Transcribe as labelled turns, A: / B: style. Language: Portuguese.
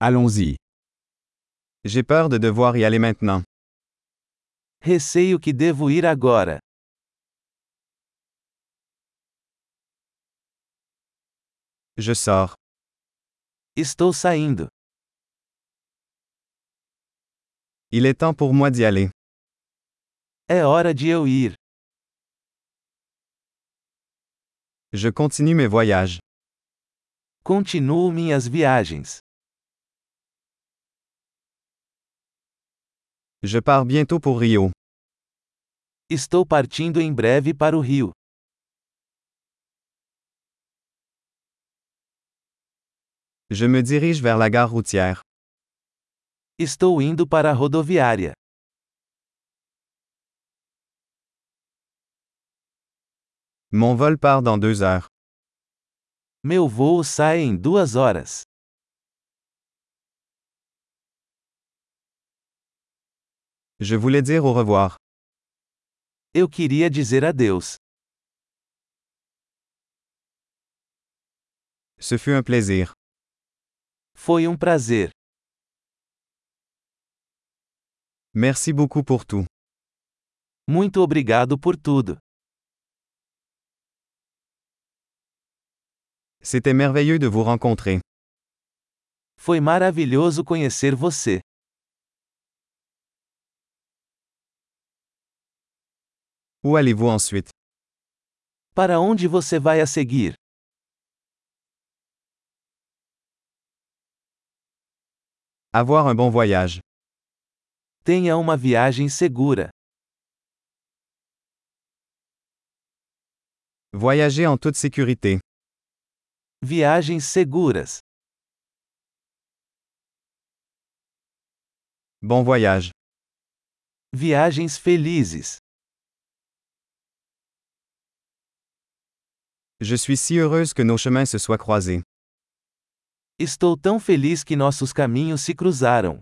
A: Allons-y.
B: J'ai peur de devoir y aller maintenant.
C: Receio que devo ir agora.
B: Je sors.
C: Estou saindo.
B: Il est temps pour moi d'y aller.
C: É hora de eu ir.
B: Je continue mes voyages.
C: Continuo minhas viagens.
B: Je pars bientôt pour Rio.
C: Estou partindo em breve para o Rio.
B: Je me dirige vers la gare routière.
C: Estou indo para a rodoviária.
B: Mon vol part dans deux heures.
C: Meu voo sai em duas horas.
B: Je voulais dire au revoir.
C: Eu queria dizer adeus.
B: Ce fut un plaisir.
C: Foi um prazer.
B: Merci beaucoup pour tout.
C: Muito obrigado por tudo.
B: C'était merveilleux de vous rencontrer.
C: Foi maravilhoso conhecer você.
B: Où allez-vous ensuite?
C: Para onde você vai a seguir?
B: Avoir un bon voyage.
C: Tenha uma viagem segura.
B: Voyager en toute sécurité.
C: Viagens seguras.
B: Bon voyage.
C: Viagens felizes.
B: Je suis si heureuse que nos chemins se soient croisés.
C: Estou tão feliz que nossos caminhos se cruzaram.